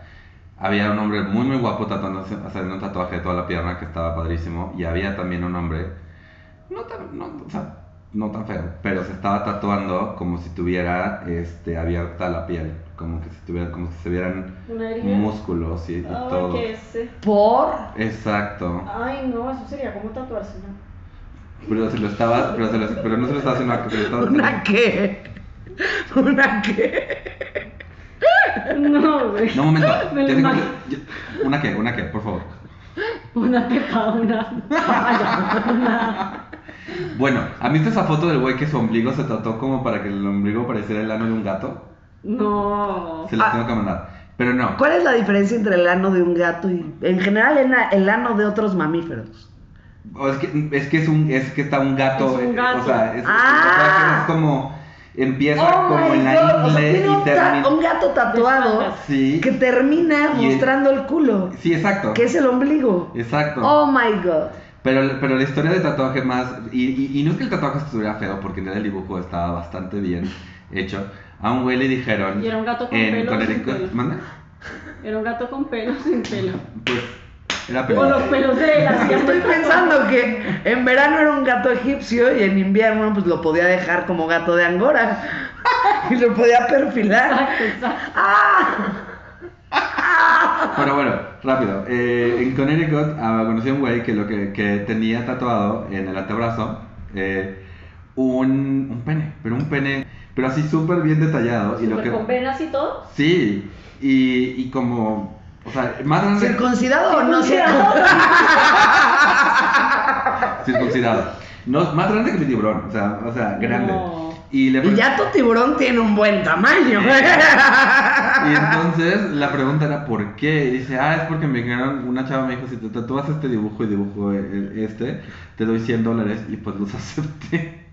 Speaker 2: Había un hombre muy, muy guapo tatuándose, haciendo un tatuaje de toda la pierna que estaba padrísimo. Y había también un hombre, no tan, no, o sea, no tan feo, pero se estaba tatuando como si tuviera este, abierta la piel. Como que si tuviera, como si se vieran
Speaker 1: Una herida.
Speaker 2: músculos y, y
Speaker 1: Ay,
Speaker 2: todo.
Speaker 1: Ah, que ese-
Speaker 3: Por.
Speaker 2: Exacto.
Speaker 1: Ay, no, eso sería como tatuarse una
Speaker 2: Pero se lo estaba, pero, se lo- pero no se lo estaba haciendo, a- se lo estaba
Speaker 3: ¿Una qué? ¿Una qué?
Speaker 1: *laughs* No, güey.
Speaker 2: No, un
Speaker 3: *laughs*
Speaker 2: momento.
Speaker 1: Me lo
Speaker 2: Ya tengo-
Speaker 1: imagino.
Speaker 2: ya- Una que, una que, por favor.
Speaker 1: Una pepa, una
Speaker 2: *laughs*
Speaker 1: papaya, una...
Speaker 2: Bueno, ¿han visto esa foto del güey que su ombligo se trató como para que el ombligo pareciera el ano de un gato?
Speaker 1: No.
Speaker 2: Se las
Speaker 3: Ah.
Speaker 2: tengo que mandar. Pero no.
Speaker 3: ¿Cuál es la diferencia entre el ano de un gato y, en general, el, na- el ano de otros mamíferos?
Speaker 2: O es, que, es que es un, es que está un gato.
Speaker 1: Es un
Speaker 2: eh,
Speaker 1: gato.
Speaker 2: O sea, es,
Speaker 3: Ah. Oh
Speaker 2: es como empieza como
Speaker 3: my
Speaker 2: en la
Speaker 3: God, o sea,
Speaker 2: ingle
Speaker 3: tiene
Speaker 2: y
Speaker 3: un, ta-
Speaker 2: termina.
Speaker 3: un gato tatuado
Speaker 1: Despatas.
Speaker 2: Sí.
Speaker 3: que termina
Speaker 2: Y el-
Speaker 3: mostrando el culo,
Speaker 2: Sí, exacto.
Speaker 3: que es el ombligo.
Speaker 2: Exacto.
Speaker 3: Oh my god.
Speaker 2: Pero, pero la historia del tatuaje más. Y, y- y no es que el tatuaje estuviera feo, porque en realidad el dibujo estaba bastante bien hecho. A un güey le dijeron.
Speaker 1: Y era un gato con pelo
Speaker 2: con el-
Speaker 1: sin pelo.
Speaker 2: ¿Manda?
Speaker 1: Era un gato con pelo *laughs* sin pelo.
Speaker 2: Pues era
Speaker 1: O los
Speaker 2: peludo.
Speaker 1: pelos de las que
Speaker 3: Estoy pensando que en verano era un gato egipcio y en invierno pues lo podía dejar como gato de Angora *laughs* y lo podía perfilar.
Speaker 1: *laughs* Exacto, exacto.
Speaker 3: ¡Ah!
Speaker 2: Pero bueno, rápido. Eh, en Connecticut ah, conocí a un güey que lo que, que tenía tatuado en el antebrazo eh, un, un pene, pero un pene, pero así súper bien detallado. Y lo
Speaker 1: Súper
Speaker 2: que,
Speaker 1: Con venas y todo.
Speaker 2: sí, y, y como, o sea, más grande
Speaker 3: ¿Circuncidado o no
Speaker 1: Circuncidado.
Speaker 3: circuncidado?
Speaker 2: circuncidado. No, más grande que mi tiburón, o sea, o sea grande.
Speaker 1: No.
Speaker 2: Y, le
Speaker 3: Y
Speaker 2: pre-
Speaker 3: ya tu tiburón tiene un buen tamaño.
Speaker 2: y entonces la pregunta era ¿por qué? Y dice, ah, es porque me dijeron, una chava me dijo, si te tatúas este dibujo y dibujo el- este, te doy 100 dólares y pues los acepté.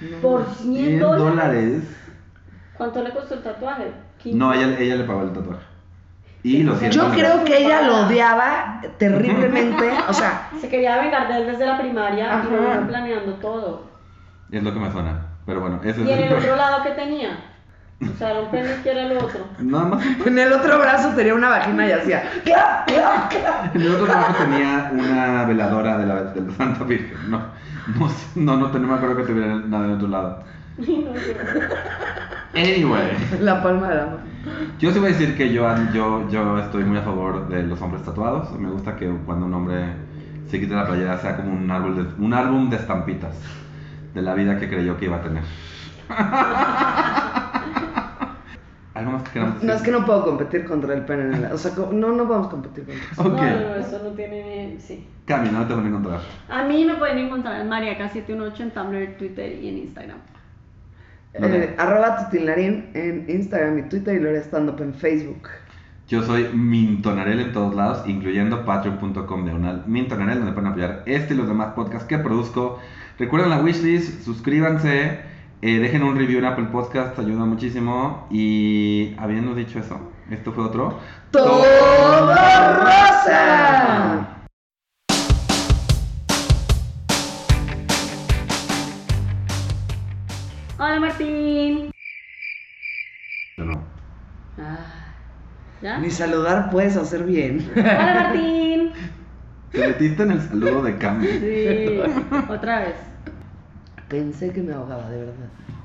Speaker 1: *laughs* Por 100 dólares.
Speaker 2: dólares.
Speaker 1: ¿Cuánto le costó el tatuaje?
Speaker 2: No, ella, ella le pagó el tatuaje. Y los 100
Speaker 3: Yo
Speaker 2: dólares.
Speaker 3: creo que ella lo odiaba terriblemente. O sea,
Speaker 1: Se quería vengar de él desde la primaria y lo
Speaker 3: Ajá.
Speaker 1: iba planeando todo.
Speaker 2: Es lo que me suena. Pero bueno, ese
Speaker 1: ¿Y en
Speaker 2: es
Speaker 1: el otro lado qué tenía? O sea, era un pene que era el otro.
Speaker 2: Nada más.
Speaker 3: en el otro brazo tenía una vagina y hacía. clap, clap, clap.
Speaker 2: En el otro trabajo tenía una veladora de la, de la Santa Virgen. No, no, sé, no, no, no me acuerdo que tuviera nada del otro lado.
Speaker 1: Y no sé.
Speaker 2: Anyway,
Speaker 3: La palma de la mano.
Speaker 2: yo sí voy a decir que yo, yo, yo estoy muy a favor de los hombres tatuados. Me gusta que cuando un hombre se quite la playera sea como un, árbol de, un álbum de estampitas de la vida que creyó que iba a
Speaker 3: *laughs*
Speaker 2: tener. ¿Algo más que queramos decir?
Speaker 3: No, es que no puedo competir contra el pene. en la- O sea, co- no, no podemos competir contra eso.
Speaker 2: Ok,
Speaker 1: No, no, eso no tiene. Sí.
Speaker 2: Cami, ¿dónde te van a encontrar?
Speaker 1: A mí me pueden encontrar en Mariaca718 en Tumblr, Twitter y en Instagram.
Speaker 3: Eh, arroba tutinlarín en Instagram y Twitter y lo stand up en Facebook.
Speaker 2: Yo soy Mintonarel en todos lados, incluyendo patreon.com diagonal Mintonarel, donde pueden apoyar este y los demás podcasts que produzco. Recuerden la wishlist, suscríbanse, eh, dejen un review en Apple Podcast, ayuda muchísimo. Y habiendo dicho eso, esto fue otro.
Speaker 3: ¡Todo rosa!
Speaker 1: Hola Martín.
Speaker 2: De nuevo.
Speaker 1: Ah, ¿Ya?
Speaker 3: Ni saludar puedes hacer bien. *laughs*
Speaker 1: Hola Martín.
Speaker 2: Te metiste en el saludo de Cami.
Speaker 1: Sí, otra vez.
Speaker 3: Pensé que me ahogaba, de verdad.